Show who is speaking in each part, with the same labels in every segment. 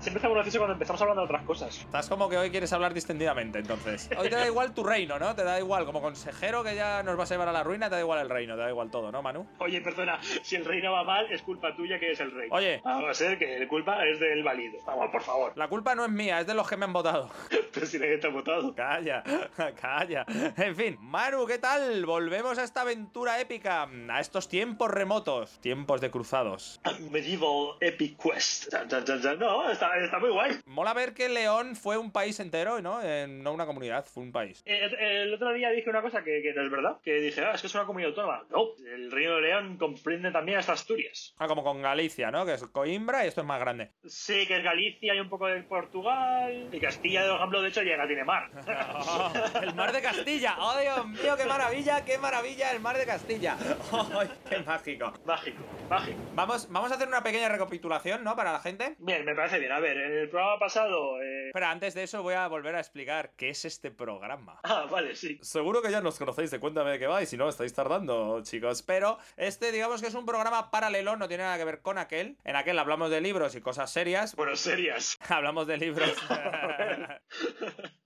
Speaker 1: Siempre es muy gracioso cuando empezamos hablando de otras cosas.
Speaker 2: Estás como que hoy quieres hablar distendidamente, entonces. Hoy te da igual tu reino, ¿no? Te da igual, como consejero que ya nos vas a llevar a la ruina, te da igual el reino, te da igual todo, ¿no, Manu?
Speaker 1: Oye, perdona, si el reino va mal, es culpa tuya que eres el rey.
Speaker 2: Oye.
Speaker 1: Vamos a ser que la culpa es del válido. Vamos, por favor.
Speaker 2: La culpa no es mía, es de los que me han votado.
Speaker 1: Pero si nadie te ha votado.
Speaker 2: Calla, calla. En fin, Manu, ¿qué tal? Volvemos a esta aventura épica, a estos tiempos remotos, tiempos de cruzados.
Speaker 1: Medieval Epic Quest. Tan, tan, tan, tan. No, está, está muy guay.
Speaker 2: Mola ver que León fue un país entero, ¿no? Eh, no una comunidad, fue un país.
Speaker 1: Eh, El, el otro día dije una cosa que, que no es verdad. Que dije, ah, es que es una comunidad autónoma. No, el reino de León comprende también hasta Asturias.
Speaker 2: Ah, como con Galicia, ¿no? Que es Coimbra y esto es más grande.
Speaker 1: Sí, que es Galicia y un poco de Portugal. Y Castilla, por ejemplo, de hecho llega a Tinemar.
Speaker 2: Oh, el mar de Castilla. Oh, Dios mío, qué maravilla, qué maravilla el mar de Castilla. Oh, qué mágico.
Speaker 1: mágico, mágico.
Speaker 2: Vamos, vamos a hacer una pequeña recapitulación, ¿no? Para la gente.
Speaker 1: Bien, me parece bien. A ver, en el programa pasado... eh,
Speaker 2: Pero antes de eso voy a volver a explicar qué es este programa.
Speaker 1: Ah, vale, sí.
Speaker 2: Seguro que ya nos conocéis de Cuéntame de qué vais, si no estáis tardando, chicos. Pero este, digamos que es un programa paralelo, no tiene nada que ver con aquel. En aquel hablamos de libros y cosas serias.
Speaker 1: Bueno, serias.
Speaker 2: Hablamos de libros.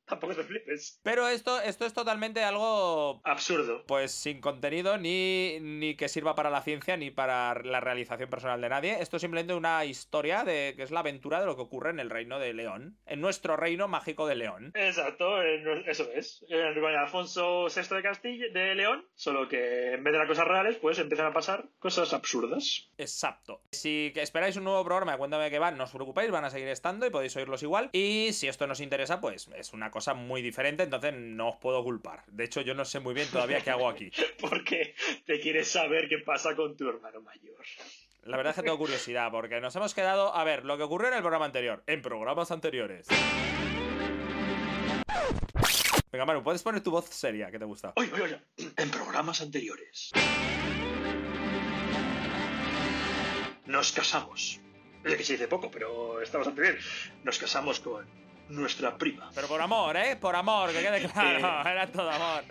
Speaker 1: Tampoco te flipes.
Speaker 2: Pero esto, esto es totalmente algo
Speaker 1: Absurdo.
Speaker 2: pues sin contenido ni, ni que sirva para la ciencia ni para la realización personal de nadie. Esto es simplemente una historia de que es la aventura de lo que ocurre en el reino de León, en nuestro reino mágico de León.
Speaker 1: Exacto, eh, no- eso es. Eh, bueno, Alfonso VI de Castilla, de León, solo que en vez de las cosas reales, pues empiezan a pasar cosas absurdas.
Speaker 2: Exacto. Si que esperáis un nuevo programa, de cuéntame que van, no os preocupéis, van a seguir estando y podéis oírlos igual. Y si esto nos interesa, pues es una cosa muy diferente, entonces no os puedo culpar. De hecho, yo no sé muy bien todavía qué hago aquí.
Speaker 1: Porque te quieres saber qué pasa con tu hermano mayor.
Speaker 2: La verdad es que tengo curiosidad, porque nos hemos quedado. A ver, lo que ocurrió en el programa anterior. En programas anteriores. Venga, Manu, puedes poner tu voz seria, que te gusta.
Speaker 1: Oye, oye, oye, en programas anteriores. Nos casamos. Es que se dice poco, pero está bastante bien. Nos casamos con nuestra prima.
Speaker 2: Pero por amor, ¿eh? Por amor, que quede claro. Era todo amor.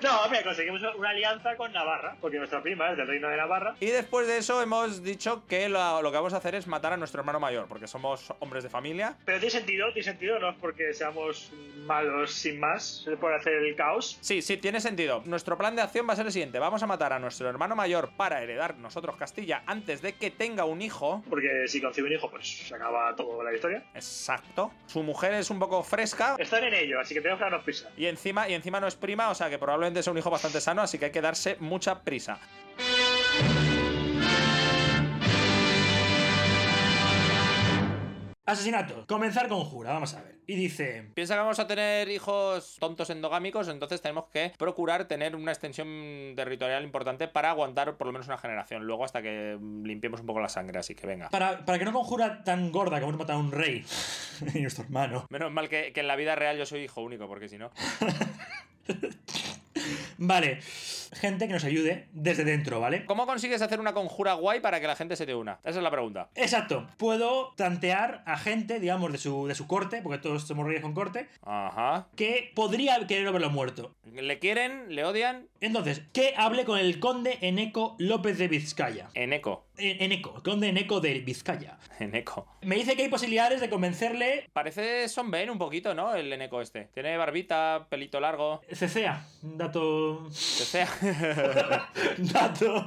Speaker 1: No, mira, conseguimos una alianza con Navarra, porque nuestra prima es del reino de Navarra.
Speaker 2: Y después de eso hemos dicho que lo, lo que vamos a hacer es matar a nuestro hermano mayor, porque somos hombres de familia.
Speaker 1: Pero tiene sentido, tiene sentido, no es porque seamos malos sin más, es por hacer el caos.
Speaker 2: Sí, sí, tiene sentido. Nuestro plan de acción va a ser el siguiente. Vamos a matar a nuestro hermano mayor para heredar nosotros Castilla antes de que tenga un hijo.
Speaker 1: Porque si concibe un hijo, pues se acaba toda la historia.
Speaker 2: Exacto. Su mujer es un poco fresca.
Speaker 1: Están en ello, así que tenemos que darnos prisa.
Speaker 2: Y encima, y encima no es prima, o sea que probablemente sea un hijo bastante sano, así que hay que darse mucha prisa.
Speaker 3: Asesinato. Comenzar con Jura, vamos a ver. Y dice...
Speaker 2: Piensa que vamos a tener hijos tontos endogámicos, entonces tenemos que procurar tener una extensión territorial importante para aguantar por lo menos una generación, luego hasta que limpiemos un poco la sangre, así que venga.
Speaker 3: Para, para que no conjura tan gorda como hemos matado a un rey y nuestro hermano.
Speaker 2: Menos mal que, que en la vida real yo soy hijo único, porque si no...
Speaker 3: Vale. Gente que nos ayude desde dentro, ¿vale?
Speaker 2: ¿Cómo consigues hacer una conjura guay para que la gente se te una? Esa es la pregunta.
Speaker 3: Exacto. Puedo tantear a gente, digamos, de su, de su corte, porque todos somos reyes con corte,
Speaker 2: Ajá.
Speaker 3: que podría querer verlo muerto.
Speaker 2: ¿Le quieren? ¿Le odian?
Speaker 3: Entonces, que hable con el conde Eneco López de Vizcaya.
Speaker 2: En eco.
Speaker 3: E- Eneco, conde Eneco de Vizcaya.
Speaker 2: En eco.
Speaker 3: Me dice que hay posibilidades de convencerle.
Speaker 2: Parece Son Ben un poquito, ¿no? El Eneco este. Tiene barbita, pelito largo.
Speaker 3: Cecea, dato.
Speaker 2: O sea,
Speaker 3: Dato.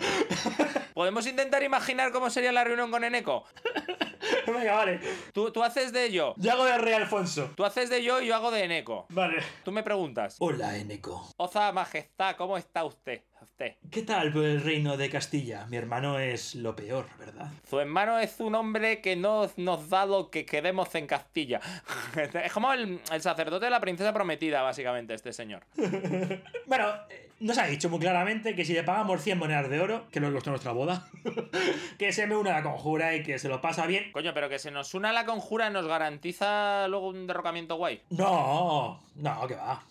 Speaker 2: podemos intentar imaginar cómo sería la reunión con Eneco.
Speaker 3: Venga, vale.
Speaker 2: Tú, tú haces de yo.
Speaker 3: Yo hago de rey Alfonso.
Speaker 2: Tú haces de yo y yo hago de Eneco.
Speaker 3: Vale.
Speaker 2: Tú me preguntas.
Speaker 3: Hola, Eneco.
Speaker 2: Oza Majestad, ¿cómo está usted? Usted.
Speaker 3: ¿Qué tal por el reino de Castilla? Mi hermano es lo peor, ¿verdad?
Speaker 2: Su hermano es un hombre que no nos da lo que queremos en Castilla. Es como el, el sacerdote de la princesa prometida, básicamente, este señor.
Speaker 3: Bueno, eh, nos ha dicho muy claramente que si le pagamos 100 monedas de oro, que luego está nuestra boda, que se me una a la conjura y que se lo pasa bien.
Speaker 2: Coño, pero que se nos una la conjura nos garantiza luego un derrocamiento guay.
Speaker 3: No, no, que va.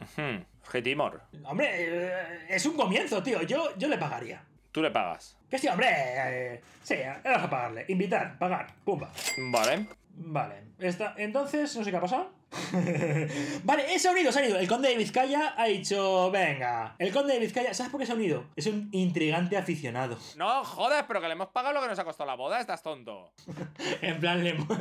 Speaker 2: Ujú. Getimor,
Speaker 3: Hombre, eh, es un comienzo, tío. Yo, yo le pagaría.
Speaker 2: tú le pagas.
Speaker 3: Que sí, hombre. eh, sí, vamos a pagarle. Invitar, pagar, pumba.
Speaker 2: Vale.
Speaker 3: Vale. Esta, entonces, no sé qué ha pasado. vale, se ha unido, se ha unido. El conde de Vizcaya ha dicho, venga. El conde de Vizcaya, ¿sabes por qué se ha unido? Es un intrigante aficionado.
Speaker 2: No jodas, pero que le hemos pagado lo que nos ha costado la boda, estás tonto.
Speaker 3: En plan, le hemos,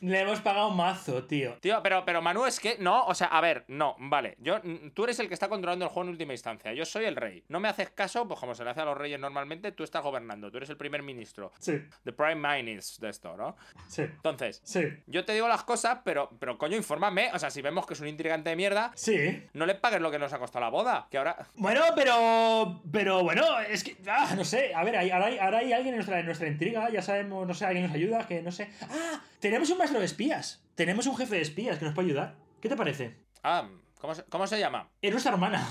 Speaker 3: le hemos pagado mazo, tío.
Speaker 2: Tío, pero, pero Manu, es que no, o sea, a ver, no, vale. Yo, mm, tú eres el que está controlando el juego en última instancia. Yo soy el rey. No me haces caso, pues como se le hace a los reyes normalmente, tú estás gobernando, tú eres el primer ministro.
Speaker 3: Sí,
Speaker 2: The prime minister de esto, ¿no?
Speaker 3: sí,
Speaker 2: Entonces,
Speaker 3: sí,
Speaker 2: yo te digo las cosas, pero, pero coño, infórmame. O sea, si vemos que es un intrigante de mierda,
Speaker 3: sí.
Speaker 2: no le pagues lo que nos ha costado la boda. Que ahora.
Speaker 3: Bueno, pero. Pero bueno, es que. Ah, no sé. A ver, hay- ahora hay, ahora hay alguien en nuestra, en nuestra intriga. Ya sabemos, no sé, alguien nos ayuda, que no sé. ¡Ah! Tenemos un maestro de espías. Tenemos un jefe de espías que nos puede ayudar. ¿Qué te parece?
Speaker 2: Ah, ¿cómo se, cómo se llama?
Speaker 3: Es nuestra hermana.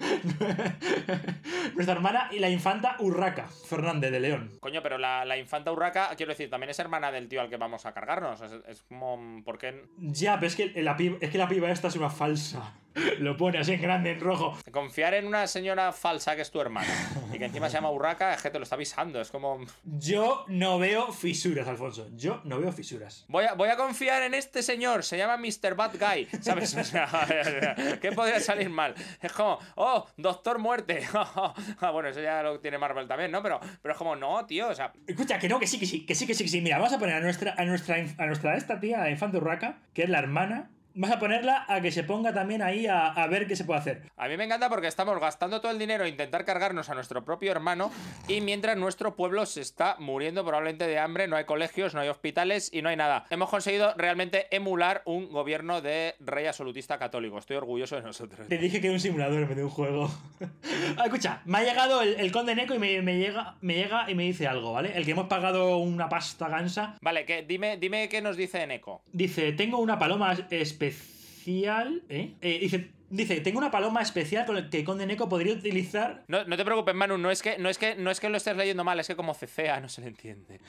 Speaker 3: nuestra hermana y la infanta Urraca Fernández de León.
Speaker 2: Coño, pero la, la infanta Urraca, quiero decir, también es hermana del tío al que vamos a cargarnos. Es, es como. mm, ¿Por qué?
Speaker 3: Ya, pero es que, la piba, es que la piba esta es una falsa. Lo pone así en grande, en rojo.
Speaker 2: Confiar en una señora falsa que es tu hermana y que encima se llama Urraca, es que te lo está avisando. Es como.
Speaker 3: Yo no veo fisuras, Alfonso. Yo no veo fisuras.
Speaker 2: Voy a, voy a confiar en este señor, se llama Mr. Bad Guy, ¿sabes? O sea, ¿qué podría salir mal? Es como, oh, Doctor Muerte. Ah, bueno, eso ya lo tiene Marvel también, ¿no? Pero, pero es como, no, tío, o sea,
Speaker 3: Escucha, que no, que sí, que sí, que sí, que sí, que sí. Mira, vamos a poner a nuestra, a nuestra, inf- a nuestra esta tía, a la infanta Urraca, que es la hermana. Vas a ponerla a que se ponga también ahí a, a ver qué se puede hacer.
Speaker 2: a mí me encanta porque estamos gastando todo el dinero en intentar cargarnos a nuestro propio hermano y mientras nuestro pueblo se está muriendo probablemente de hambre, no hay colegios, no hay hospitales y no hay nada. Hemos conseguido realmente emular un gobierno de rey absolutista católico. Estoy orgulloso de nosotros.
Speaker 3: Te dije que era un simulador en vez de un juego. Ah, Escucha, me ha llegado el, el conde Neko y me, me llega, me llega y me dice algo, ¿vale? El que hemos pagado una pasta gansa.
Speaker 2: Vale, que, dime, dime qué nos dice Eneco.
Speaker 3: Dice, tengo una paloma especial. ¿Eh? Eh, dice, dice, tengo una paloma especial con la que el conde Neko podría utilizar.
Speaker 2: No, no te preocupes, Manu, no es, que, no, es que, no es que lo estés leyendo mal, es que como cecea no se le entiende.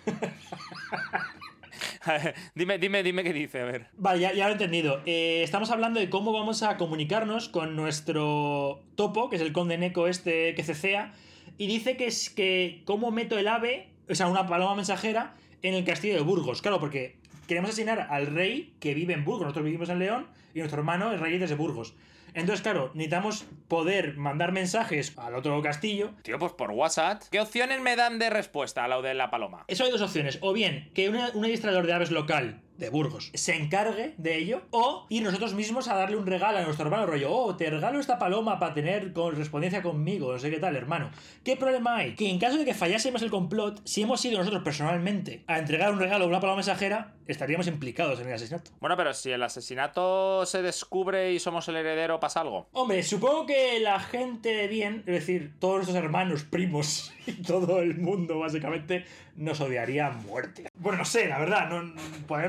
Speaker 2: A ver, dime, dime, dime qué dice, a ver.
Speaker 3: Vale, ya, ya lo he entendido. Eh, estamos hablando de cómo vamos a comunicarnos con nuestro topo, que es el conde Neko este que cecea, y dice que es que cómo meto el ave, o sea, una paloma mensajera, en el castillo de Burgos. Claro, porque queremos asesinar al rey que vive en Burgos. Nosotros vivimos en León y nuestro hermano es rey desde Burgos. Entonces, claro, necesitamos poder mandar mensajes al otro castillo
Speaker 2: Tío, pues por WhatsApp. ¿Qué opciones me dan de respuesta a la de la paloma?
Speaker 3: Eso hay dos opciones. O bien que una- un administrador de aves local de Burgos se encargue de ello, o ir nosotros mismos a darle un regalo a nuestro hermano, rollo, oh, te regalo esta paloma para tener correspondencia conmigo, no sé qué tal, hermano. ¿Qué problema hay? Que en caso de que fallásemos el complot, si hemos ido nosotros personalmente a entregar un regalo a una paloma mensajera, estaríamos implicados en el asesinato.
Speaker 2: Bueno, pero si el asesinato se descubre y somos el heredero, ¿pasa algo?
Speaker 3: Hombre, supongo que la gente de bien, es decir, todos nuestros hermanos, primos y todo el mundo, básicamente, nos odiaría a muerte. Bueno, no sé, la verdad, no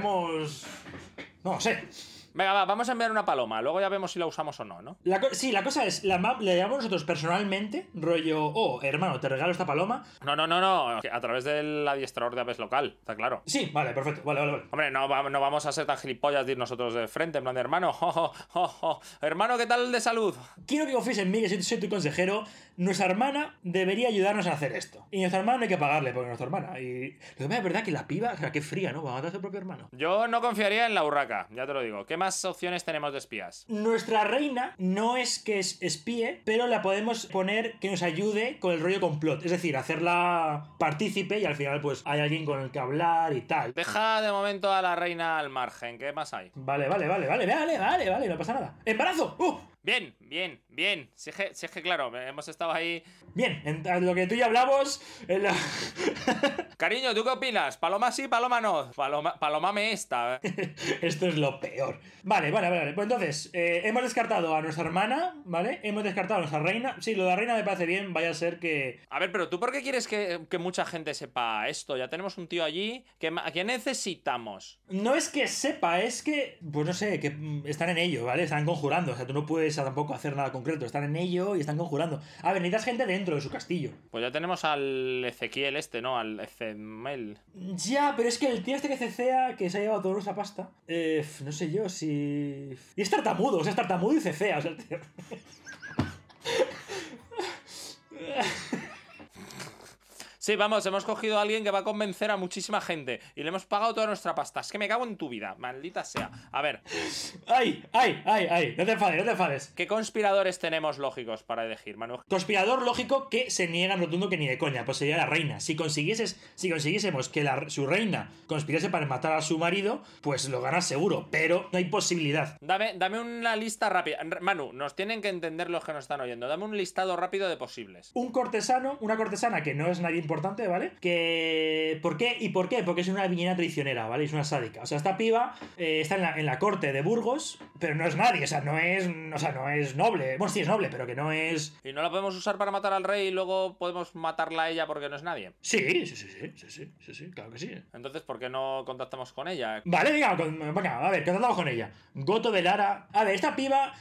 Speaker 3: podemos. No lo sé.
Speaker 2: Venga, va, vamos a enviar una paloma, luego ya vemos si la usamos o no, ¿no?
Speaker 3: La co- sí, la cosa es, la ma- le llamamos nosotros personalmente, rollo, oh, hermano, te regalo esta paloma.
Speaker 2: No, no, no, no, a través del adiestrador de aves local, está claro.
Speaker 3: Sí, vale, perfecto, vale, vale, vale.
Speaker 2: Hombre, no, va- no vamos a ser tan gilipollas de ir nosotros de frente, en plan de hermano. jo, jo, jo, jo. Hermano, ¿qué tal de salud?
Speaker 3: Quiero que confíes en mí, que soy, soy tu consejero. Nuestra hermana debería ayudarnos a hacer esto. Y nuestra hermana no hay que pagarle, porque es nuestra hermana. Y lo que pasa es verdad que la piba, o sea, qué fría, ¿no? Va a matar a su propio hermano.
Speaker 2: Yo no confiaría en la urraca, ya te lo digo. ¿Qué más opciones tenemos de espías?
Speaker 3: Nuestra reina no es que es espíe, pero la podemos poner que nos ayude con el rollo complot. Es decir, hacerla partícipe y al final pues hay alguien con el que hablar y tal.
Speaker 2: Deja de momento a la reina al margen, ¿qué más hay?
Speaker 3: Vale, vale, vale, vale, vale, vale, vale, no pasa nada. ¡Embarazo! ¡Uh!
Speaker 2: Bien, bien, bien. Si es que, si es que, claro, hemos estado ahí.
Speaker 3: Bien, en en lo que tú y yo hablamos, en la-
Speaker 2: Cariño, ¿tú qué opinas? ¿Paloma sí, paloma no? Paloma, paloma me esta.
Speaker 3: esto es lo peor. Vale, vale, vale. vale. Pues entonces, eh, hemos descartado a nuestra hermana, ¿vale? Hemos descartado a nuestra reina. Sí, lo de la reina me parece bien, vaya a ser que...
Speaker 2: A ver, pero ¿tú por qué quieres que, que mucha gente sepa esto? Ya tenemos un tío allí. ¿Qué, ma- qué necesitamos?
Speaker 3: No es que sepa, es que, pues no sé, que mm, están en ello, ¿vale? Están conjurando, o sea, tú no puedes tampoco hacer nada concreto, están en ello y están conjurando. A ver, necesitas gente dentro de su castillo.
Speaker 2: Pues ya tenemos al Ezequiel este, ¿no? Al Ezemel.
Speaker 3: Ya, pero es que el tío este que cecea, que se ha llevado toda nuestra pasta, eh, f- no sé yo si... Y es tartamudo, o sea, es tartamudo y cecea, o sea, el tío-
Speaker 2: Sí, vamos, hemos cogido a alguien que va a convencer a muchísima gente y le hemos pagado toda nuestra pasta. Es que me cago en tu vida, maldita sea. A ver,
Speaker 3: ¡Ay, ay, ay, ay! No te enfades, no te enfades.
Speaker 2: ¿qué conspiradores tenemos lógicos para elegir, Manu?
Speaker 3: Conspirador lógico que se niega en rotundo que ni de coña, pues sería la reina. Si consiguieses, si consiguiésemos que la- su reina conspirase para matar a su marido, pues lo ganas seguro, pero no hay posibilidad.
Speaker 2: Dame, dame una lista rápida. R- Manu, nos tienen que entender los que nos están oyendo. Dame un listado rápido de posibles.
Speaker 3: Un cortesano, una cortesana que no es nadie importante, ¿vale? Que. ¿Por qué? ¿Y por qué? Porque es una viñera traicionera, ¿vale? Es una sádica. O sea, esta piba eh, está en la, en la corte de Burgos, pero no es nadie, o sea, no es. O sea, no es noble. Bueno, sí es noble, pero que no es.
Speaker 2: ¿Y no la podemos usar para matar al rey y luego podemos matarla a ella porque no es nadie?
Speaker 3: Sí, sí, sí, sí, sí, sí, sí, sí, claro que sí.
Speaker 2: Entonces, ¿por qué no contactamos con ella?
Speaker 3: Vale, venga, con- venga, a ver, contamos con ella. Goto de Lara. A ver, esta piba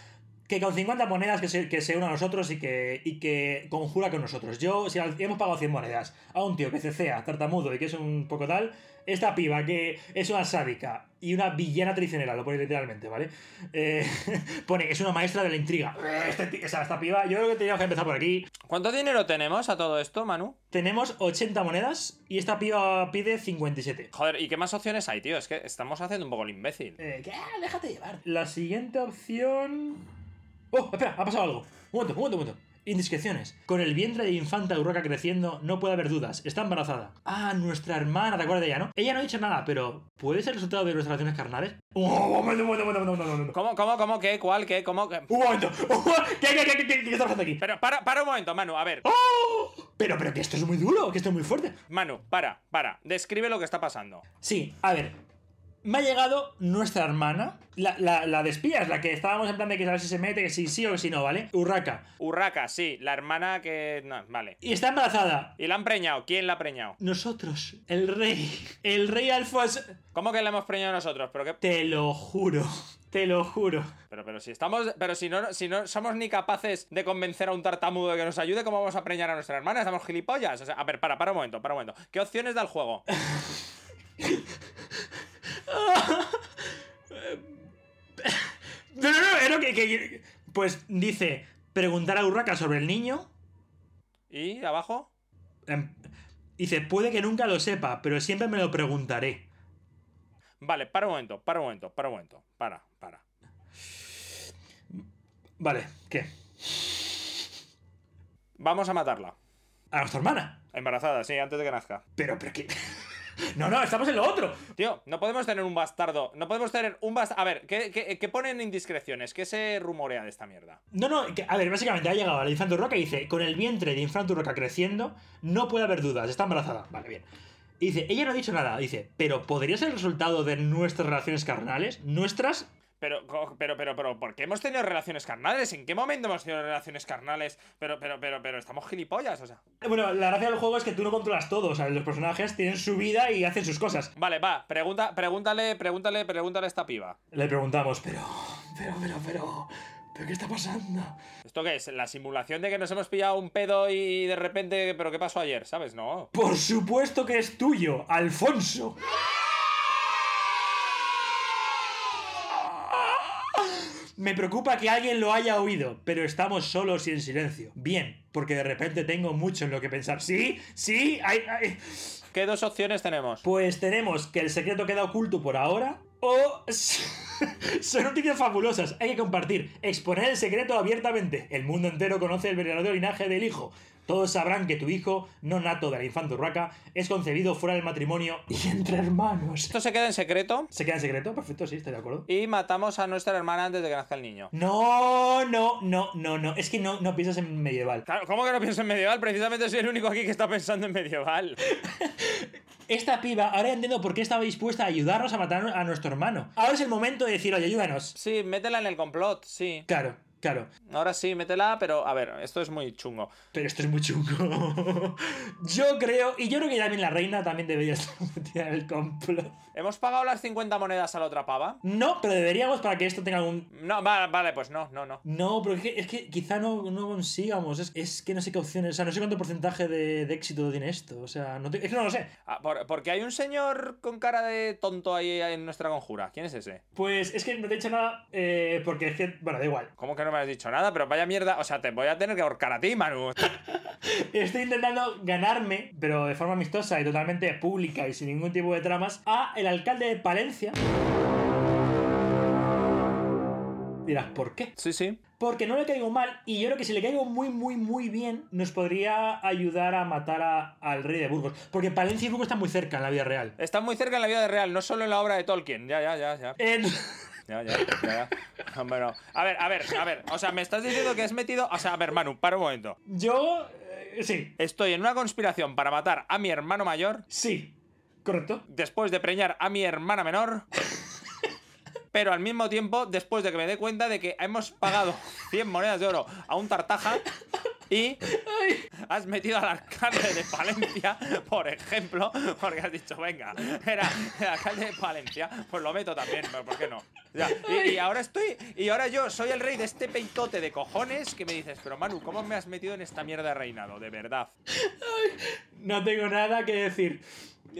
Speaker 3: que con 50 monedas que se, que se une a nosotros y que, y que conjura con nosotros. Yo, si al- hemos pagado 100 monedas a un tío que cecea, tartamudo y que es un poco tal, esta piba que es una sádica y una villana traicionera, lo pone literalmente, ¿vale? Eh, pone, es una maestra de la intriga. Este ti- o sea, esta piba, yo creo que teníamos que empezar por aquí.
Speaker 2: ¿Cuánto dinero tenemos a todo esto, Manu?
Speaker 3: Tenemos 80 monedas y esta piba pide 57.
Speaker 2: Joder, ¿y qué más opciones hay, tío? Es que estamos haciendo un poco el imbécil.
Speaker 3: Eh, que, ah, déjate llevar. La siguiente opción. Oh, espera, ha pasado algo. Un momento, un momento, un momento. Indiscreciones. Con el vientre de infanta Urraca creciendo, no puede haber dudas. Está embarazada. Ah, nuestra hermana, ¿te acuerdas de ella, no? Ella no ha dicho nada, pero ¿puede ser resultado de nuestras relaciones carnales? Oh, un momento, un momento, un momento, un momento, un momento.
Speaker 2: ¿Cómo, cómo, cómo, qué, cuál, qué, cómo? qué?
Speaker 3: Un momento. ¿Qué, qué, qué, qué, qué, qué está pasando aquí?
Speaker 2: Pero para, para un momento, Manu, a ver.
Speaker 3: ¡Oh! Pero, pero que esto es muy duro, que esto es muy fuerte.
Speaker 2: Manu, para, para. Describe lo que está pasando.
Speaker 3: Sí, a ver. Me ha llegado nuestra hermana, la, la, la de espías, la que estábamos en plan de que a ver si se mete, que si sí o que si no, ¿vale? Urraca.
Speaker 2: Urraca, sí, la hermana que. no, vale.
Speaker 3: Y está embarazada.
Speaker 2: ¿Y la han preñado? ¿Quién la ha preñado?
Speaker 3: Nosotros, el rey, el rey Alfonso.
Speaker 2: ¿Cómo que la hemos preñado nosotros? Pero qué.
Speaker 3: Te lo juro, te lo juro.
Speaker 2: Pero, pero si estamos. Pero si no, si no somos ni capaces de convencer a un tartamudo de que nos ayude, ¿cómo vamos a preñar a nuestra hermana? Estamos gilipollas. O sea, a ver, para, para un momento, para un momento. ¿Qué opciones da el juego?
Speaker 3: No, no, no, era que, que- Pues dice, preguntar a Urraca sobre el niño.
Speaker 2: ¿Y abajo?
Speaker 3: em, Dice, puede que nunca lo sepa, pero siempre me lo preguntaré.
Speaker 2: Vale, para un momento, para un momento, para un momento. Para, para.
Speaker 3: Vale, ¿qué?
Speaker 2: Vamos a matarla.
Speaker 3: A nuestra hermana.
Speaker 2: Embarazada, sí, antes de que nazca.
Speaker 3: Pero, pero qué. No, no, estamos en lo otro.
Speaker 2: Tío, no podemos tener un bastardo. No podemos tener un bastardo. A ver, ¿qué, qué, qué ponen indiscreciones? ¿Qué se rumorea de esta mierda?
Speaker 3: No, no, que- a ver, básicamente ha llegado a la infanta Urraca y dice, con el vientre de infanta Urraca creciendo, no puede haber dudas, está embarazada. Vale, bien. Y dice, ella no ha dicho nada, dice, pero ¿podría ser el resultado de nuestras relaciones carnales? ¿Nuestras?
Speaker 2: Pero, co- pero, pero, pero, ¿por qué hemos tenido relaciones carnales? ¿En qué momento hemos tenido relaciones carnales? Pero, pero, pero, pero, estamos gilipollas, o sea.
Speaker 3: Bueno, la gracia del juego es que tú no controlas todo, o sea, los personajes tienen su vida y hacen sus cosas.
Speaker 2: Vale, va, pregunta, pregúntale, pregúntale, pregúntale a esta piba.
Speaker 3: Le preguntamos, pero, pero, pero, pero, pero, ¿qué está pasando?
Speaker 2: ¿Esto qué es? ¿La simulación de que nos hemos pillado un pedo y de repente, pero qué pasó ayer? ¿Sabes? No.
Speaker 3: Por supuesto que es tuyo, Alfonso. Me preocupa que alguien lo haya oído, pero estamos solos y en silencio. Bien, porque de repente tengo mucho en lo que pensar. Sí, sí, hay- hay-
Speaker 2: ¿Qué dos opciones tenemos?
Speaker 3: pues tenemos que el secreto queda oculto por ahora o son noticias fabulosas. Hay que compartir, exponer el secreto abiertamente. El mundo entero conoce el verdadero linaje del hijo. Todos sabrán que tu hijo, no nato de la infanta urraca, es concebido fuera del matrimonio y entre hermanos.
Speaker 2: ¿Esto se queda en secreto?
Speaker 3: ¿Se queda en secreto? Perfecto, sí, estoy de acuerdo.
Speaker 2: Y matamos a nuestra hermana antes de que nazca el niño.
Speaker 3: No, no, no, no, no. Es que no, no piensas en medieval.
Speaker 2: Claro, ¿cómo que no pienso en medieval? Precisamente soy el único aquí que está pensando en medieval.
Speaker 3: Esta piba, ahora ya entiendo por qué estaba dispuesta a ayudarnos a matar a nuestro hermano. Ahora es el momento de decir, oye, ayúdanos.
Speaker 2: Sí, métela en el complot, sí.
Speaker 3: Claro, claro.
Speaker 2: Ahora sí, métela, pero a ver, esto es muy chungo.
Speaker 3: Pero esto es muy chungo. Yo creo, y yo creo que también la reina también debería estar metida. Hostia, el complot.
Speaker 2: ¿Hemos pagado las 50 monedas a la otra pava?
Speaker 3: No, pero deberíamos para que esto tenga algún.
Speaker 2: No, va- vale, pues no, no, no.
Speaker 3: No, pero es que, es que quizá no, no consigamos. Es, es que no sé qué opciones. O sea, no sé cuánto porcentaje de, de éxito tiene esto. O sea, no te- es que no lo sé.
Speaker 2: Ah, por- porque hay un señor con cara de tonto ahí en nuestra conjura. ¿Quién es ese?
Speaker 3: Pues es que no te he dicho nada eh, porque es que. Bueno, da igual.
Speaker 2: ¿Cómo que no me has dicho nada? Pero vaya mierda. O sea, te voy a tener que ahorcar a ti, Manu.
Speaker 3: Estoy intentando ganarme, pero de forma amistosa y totalmente pública y sin ningún tipo de tramas, a el alcalde de Palencia. Dirás, ¿por qué?
Speaker 2: Sí, sí.
Speaker 3: Porque no le caigo mal y yo creo que si le caigo muy, muy, muy bien, nos podría ayudar a matar a- al rey de Burgos. Porque Palencia y Burgos están muy cerca en la vida real.
Speaker 2: Está muy cerca en la vida de real, no solo en la obra de Tolkien. Ya, ya, ya, ya.
Speaker 3: En-
Speaker 2: Ya, ya, ya, ya. Bueno, a ver, a ver, a ver. O sea, me estás diciendo que has metido. O sea, a ver, Manu, para un momento.
Speaker 3: Yo... eh, sí,
Speaker 2: Estoy en una conspiración para matar a mi hermano mayor,
Speaker 3: sí. ¿Correcto?
Speaker 2: después de preñar a mi hermana menor, pero al mismo tiempo, después de que me dé cuenta de que hemos pagado 100 monedas de oro a un tartaja y has metido al alcalde de Palencia, por ejemplo, porque has dicho, venga, era el alcalde de Palencia, pues lo meto también, pero ¿por qué no? Ya, y, y ahora estoy, y ahora yo soy el rey de este peitote de cojones que me dices, pero Manu, ¿cómo me has metido en esta mierda de reinado? De verdad.
Speaker 3: No tengo nada que decir.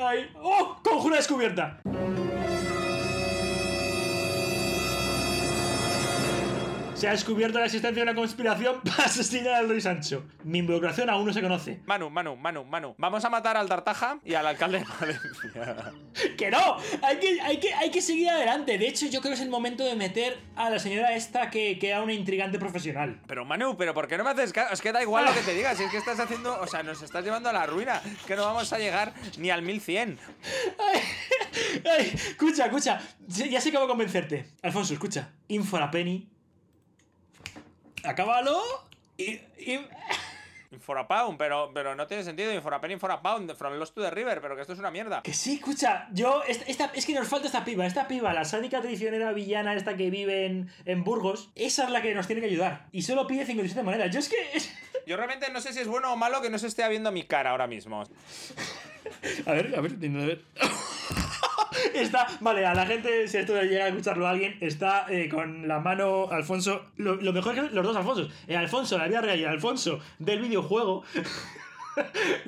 Speaker 3: Ay, ¡Oh! ¡Conjura descubierta! Se ha descubierto la existencia de una conspiración para asesinar al rey Sancho. Mi involucración aún no se conoce.
Speaker 2: Manu, Manu, Manu, Manu. Vamos a matar al Tartaja y al alcalde de Valencia.
Speaker 3: ¡Que no! Hay que, hay, que, hay que seguir adelante. De hecho, yo creo que es el momento de meter a la señora esta que, que era una intrigante profesional.
Speaker 2: Pero Manu, ¿pero por qué no me haces caso? Es que da igual lo que te digas. Si es que estás haciendo... O sea, nos estás llevando a la ruina. Es que no vamos a llegar ni al 1100.
Speaker 3: Ay, ay, escucha, escucha. Sí, Ya sé cómo convencerte. Alfonso, escucha. Info a la penny. Acábalo. Y, y-
Speaker 2: Inforapound, pero, pero no tiene sentido. Inforapen, Inforapound, From Lost to the River. Pero que esto es una mierda.
Speaker 3: Que sí, escucha. Yo. Esta, esta- es que nos falta esta piba. Esta piba, la sádica traicionera villana, esta que vive en, en Burgos. Esa es la que nos tiene que ayudar. Y solo pide 57 monedas. Yo es que.
Speaker 2: Yo realmente no sé si es bueno o malo que no se esté viendo mi cara ahora mismo.
Speaker 3: A ver, a ver, a ver. Está, vale, a la gente, si esto llega a escucharlo a alguien, está eh, con la mano Alfonso. Lo, lo mejor es que los dos Alfonsos, el Alfonso de la vida real y el Alfonso del videojuego,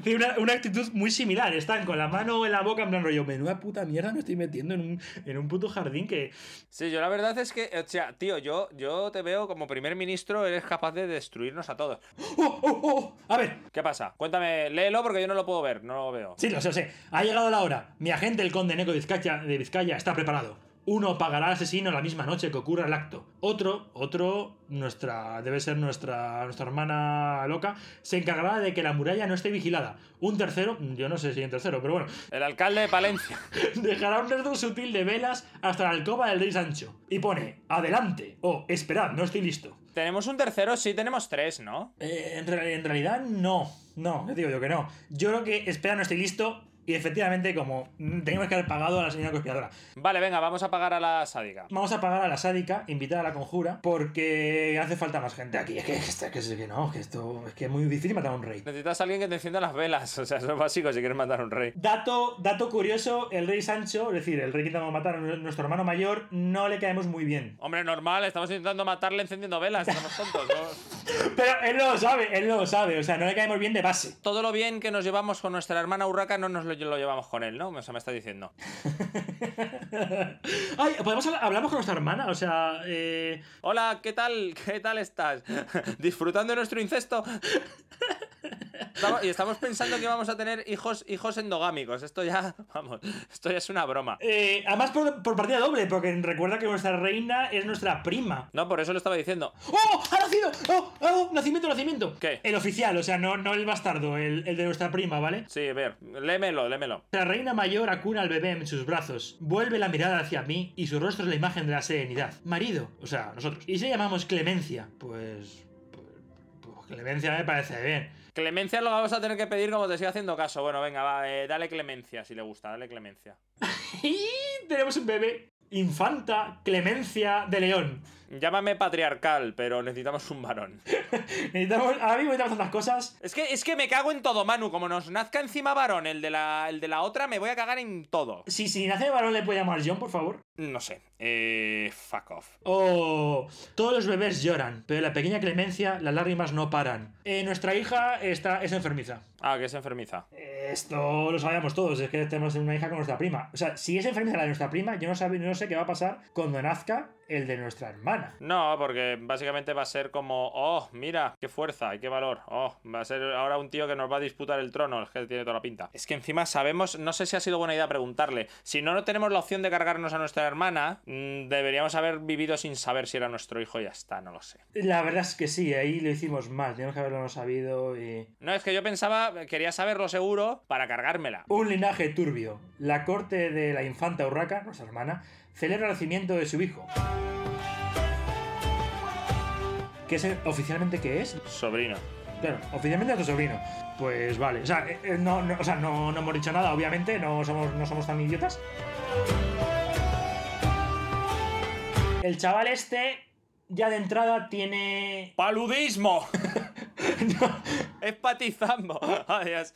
Speaker 3: tiene una, una actitud muy similar. Están con la mano en la boca, en plan rollo, menuda puta mierda, me estoy metiendo en un, en un puto jardín que.
Speaker 2: Sí, yo la verdad es que... O sea, tío, yo, yo te veo como primer ministro. Eres capaz de destruirnos a todos.
Speaker 3: ¡Oh, oh, oh! A ver,
Speaker 2: ¿Qué pasa? Cuéntame, léelo porque yo no lo puedo ver. No lo veo.
Speaker 3: Sí, lo sé, lo sé. Ha llegado la hora. Mi agente, el conde Neko de Vizcaya, de Vizcaya, está preparado. Uno pagará al asesino la misma noche que ocurra el acto. Otro, otro, nuestra, debe ser nuestra, nuestra hermana loca, se encargará de que la muralla no esté vigilada. Un tercero, yo no sé si hay un tercero, pero bueno,
Speaker 2: El alcalde de Palencia.
Speaker 3: dejará un resto sutil de velas hasta la alcoba del rey Sancho. Y pone, adelante, o esperad, no estoy listo.
Speaker 2: Tenemos un tercero, sí, tenemos tres, ¿no?
Speaker 3: Eh, en, real- en realidad, no. No, yo digo yo que no. Yo creo que espera, no estoy listo. Y efectivamente, como mm, tenemos que haber pagado a la señora conspiradora,
Speaker 2: Vale, venga, vamos a pagar a la sádica.
Speaker 3: vamos a pagar a la sádica, invitar a la conjura, porque hace falta más gente aquí. Es que, es que, es que no, que esto es que es muy difícil matar a un rey.
Speaker 2: Necesitas a alguien que te encienda las velas. O sea, eso es básico si quieres matar a un rey.
Speaker 3: Dato, dato curioso: el rey Sancho, es decir, el rey que intentamos matar, nuestro hermano mayor, no le caemos muy bien.
Speaker 2: Hombre, normal, estamos intentando matarle encendiendo velas. Estamos tontos, ¿no?
Speaker 3: Pero él no lo sabe, él no lo sabe, o sea, no le caemos bien de base.
Speaker 2: Todo lo bien que nos llevamos con nuestra hermana Urraca no nos lo, lo llevamos con él, ¿no? O sea, me está diciendo.
Speaker 3: Ay, ¿podemos hablar- hablamos con nuestra hermana? O sea, eh,
Speaker 2: Hola, ¿qué tal? ¿Qué tal estás? ¿Disfrutando de nuestro incesto? Estamos- y estamos pensando que vamos a tener hijos, hijos endogámicos. Esto ya, vamos, esto ya es una broma.
Speaker 3: Eh, además por, por partida doble, porque recuerda que nuestra reina es nuestra prima.
Speaker 2: No, por eso lo estaba diciendo.
Speaker 3: ¡Oh! ¡Ha nacido! ¡Oh! ¡Oh! ¡Nacimiento, nacimiento!
Speaker 2: ¿Qué?
Speaker 3: El oficial, o sea, no, no el bastardo, el, el de nuestra prima, ¿vale?
Speaker 2: Sí, a ver, lémelo, lémelo.
Speaker 3: La reina mayor acuna al bebé en sus brazos, vuelve la mirada hacia mí y su rostro es la imagen de la serenidad. Marido, o sea, nosotros. Y si le llamamos Clemencia, pues... pues- pues Clemencia me parece bien.
Speaker 2: Clemencia lo vamos a tener que pedir como te siga haciendo caso. Bueno, venga, va, eh, dale clemencia si le gusta, dale clemencia.
Speaker 3: Y tenemos un bebé. Infanta Clemencia de León.
Speaker 2: Llámame patriarcal, pero necesitamos un varón.
Speaker 3: Necesitamos, ahora mismo necesitamos tantas cosas.
Speaker 2: Es que, es que me cago en todo, Manu. Como nos nazca encima varón el de la, el de la otra, me voy a cagar en todo.
Speaker 3: Si, si nace de varón, le puede llamar John, por favor.
Speaker 2: No sé. Eh, fuck off.
Speaker 3: Oh, todos los bebés lloran, pero la pequeña Clemencia, las lágrimas no paran. Eh, nuestra hija está, es enfermiza.
Speaker 2: Ah, que es enfermiza.
Speaker 3: Esto lo sabíamos todos, es que tenemos una hija con nuestra prima. O sea, si es enfermiza la de nuestra prima, yo no, sab- no sé qué va a pasar cuando nazca el de nuestra hermana.
Speaker 2: No, porque básicamente va a ser como, oh, mira, qué fuerza y qué valor. Oh, va a ser ahora un tío que nos va a disputar el trono, es que tiene toda la pinta. Es que encima sabemos, no sé si ha sido buena idea preguntarle. Si no, no tenemos la opción de cargarnos a nuestra hermana, mm, deberíamos haber vivido sin saber si era nuestro hijo y ya está, no lo sé.
Speaker 3: La verdad es que sí, ahí lo hicimos mal, tenemos que haberlo sabido eh, y...
Speaker 2: No, es que yo pensaba, quería saberlo seguro para cargármela.
Speaker 3: Un linaje turbio. La corte de la infanta Urraca, nuestra hermana, celebra el nacimiento de su hijo. ¿Qué es el- oficialmente qué es?
Speaker 2: Sobrino.
Speaker 3: Claro, oficialmente es tu sobrino. Pues vale. O sea, eh, eh, no, no- o sea, no, no hemos dicho nada, obviamente, no somos, no somos tan idiotas. El chaval este ya de entrada tiene...
Speaker 2: ¡Paludismo!
Speaker 3: no,
Speaker 2: ¡Es patizambo! Adiós.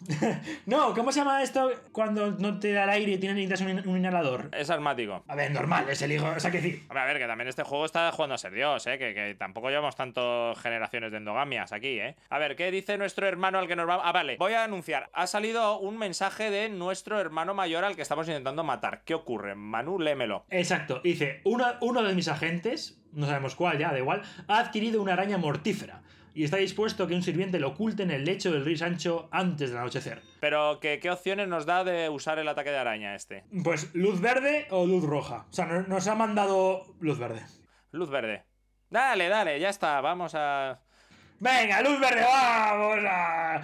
Speaker 3: no, ¿cómo se llama esto cuando no te da el aire y tienes necesitas un, un inhalador?
Speaker 2: Es asmático.
Speaker 3: A ver, normal, es el hijo... O sea, que decir,
Speaker 2: Hombre, a ver, que también este juego está jugando a ser Dios, ¿eh? Que, que tampoco llevamos tantas generaciones de endogamias aquí, ¿eh? A ver, ¿qué dice nuestro hermano al que nos va... Ah, vale, voy a anunciar. Ha salido un mensaje de nuestro hermano mayor al que estamos intentando matar. ¿Qué ocurre? Manu, lémelo.
Speaker 3: Exacto, dice, uno, uno de mis agentes, no sabemos cuál ya, da igual, ha adquirido una araña mortífera y está dispuesto a que un sirviente lo oculte en el lecho del rey Sancho antes del anochecer.
Speaker 2: Pero, ¿qué, qué opciones nos da de usar el ataque de araña este?
Speaker 3: Pues luz verde o luz roja. O sea, no- nos ha mandado luz verde.
Speaker 2: Luz verde. Dale, dale, ya está, vamos a...
Speaker 3: Venga, luz verde, vamos a...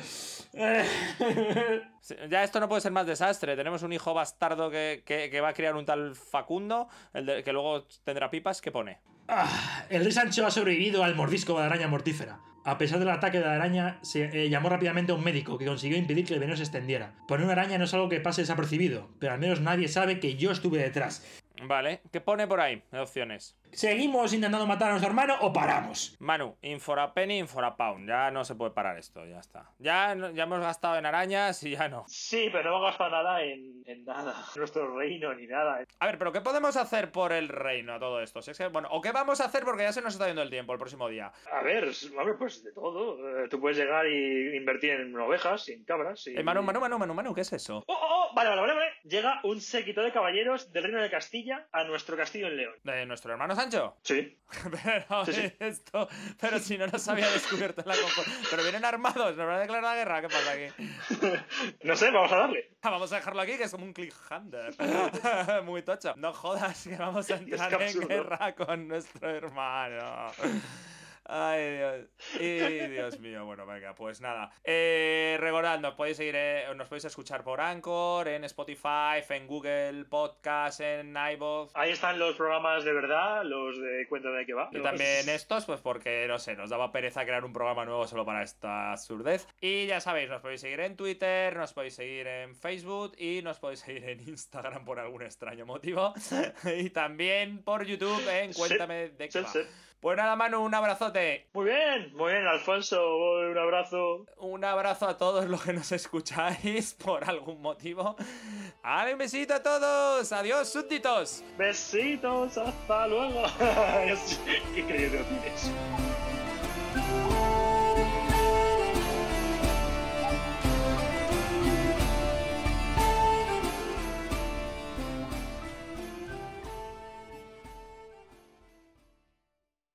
Speaker 2: Sí, Ya esto no puede ser más desastre. Tenemos un hijo bastardo que, que- que va a criar un tal Facundo, el de- que luego tendrá pipas. ¿Qué pone?
Speaker 3: Ah, el rey Sancho ha sobrevivido al mordisco de la araña mortífera. A pesar del ataque de la araña, se eh, llamó rápidamente a un médico que consiguió impedir que el veneno se extendiera. Poner una araña no es algo que pase desapercibido, pero al menos nadie sabe que yo estuve detrás.
Speaker 2: Vale, ¿qué pone por ahí? de opciones.
Speaker 3: ¿Seguimos intentando matar a nuestro hermano o paramos?
Speaker 2: Manu, Inforapenny, Inforapound. Ya no se puede parar esto, ya está. Ya, no- ya hemos gastado en arañas y ya no.
Speaker 1: Sí, pero no hemos gastado nada en, en nada. En Nuestro reino ni nada.
Speaker 2: A ver, pero ¿qué podemos hacer por el reino a todo esto? Si es que, bueno, o qué vamos a hacer porque ya se nos está yendo el tiempo el próximo día.
Speaker 1: A ver, hombre, pues de todo. Eh, Tú puedes llegar y invertir en ovejas, y en cabras. Y...
Speaker 2: Eh, Manu, Manu, Manu, Manu, Manu, ¿qué es eso?
Speaker 1: ¡Oh, oh, oh! Vale, vale, vale, vale. Llega un séquito de caballeros del reino de Castilla a nuestro castillo en León.
Speaker 2: ¿De Eh, nuestro hermano Sancho?
Speaker 1: Sí.
Speaker 2: Pero
Speaker 1: Sí, sí.
Speaker 2: esto, pero si no nos había descubierto la compu- Pero vienen armados, nos van a declarar la guerra, ¿qué pasa aquí?
Speaker 1: No sé, vamos a darle.
Speaker 2: Ah, Vamos a dejarlo aquí, que es como un cliffhanger. Muy tocho. No jodas, que vamos a entrar en
Speaker 1: absurdo.
Speaker 2: guerra con nuestro hermano. Ay, Dios. Y, Dios mío, bueno, venga, pues nada. Eh, recordad, nos podéis seguir, eh, nos podéis escuchar por Anchor, en Spotify, en Google Podcast, en iVoox.
Speaker 1: Ahí están los programas de verdad, los de Cuéntame de qué va.
Speaker 2: Y también estos, pues porque, no sé, nos daba pereza crear un programa nuevo solo para esta absurdez. Y ya sabéis, nos podéis seguir en Twitter, nos podéis seguir en Facebook y nos podéis seguir en Instagram por algún extraño motivo. y también por YouTube en
Speaker 1: Sí,
Speaker 2: Cuéntame de qué
Speaker 1: Sí,
Speaker 2: va.
Speaker 1: sí.
Speaker 2: Pues nada, Manu, un abrazote.
Speaker 1: Muy bien, muy bien, Alfonso. Un abrazo.
Speaker 2: Un abrazo a todos los que nos escucháis por algún motivo. ¡Ale, un besito a todos! ¡Adiós, súbditos!
Speaker 1: Besitos, hasta luego. qué creído tienes.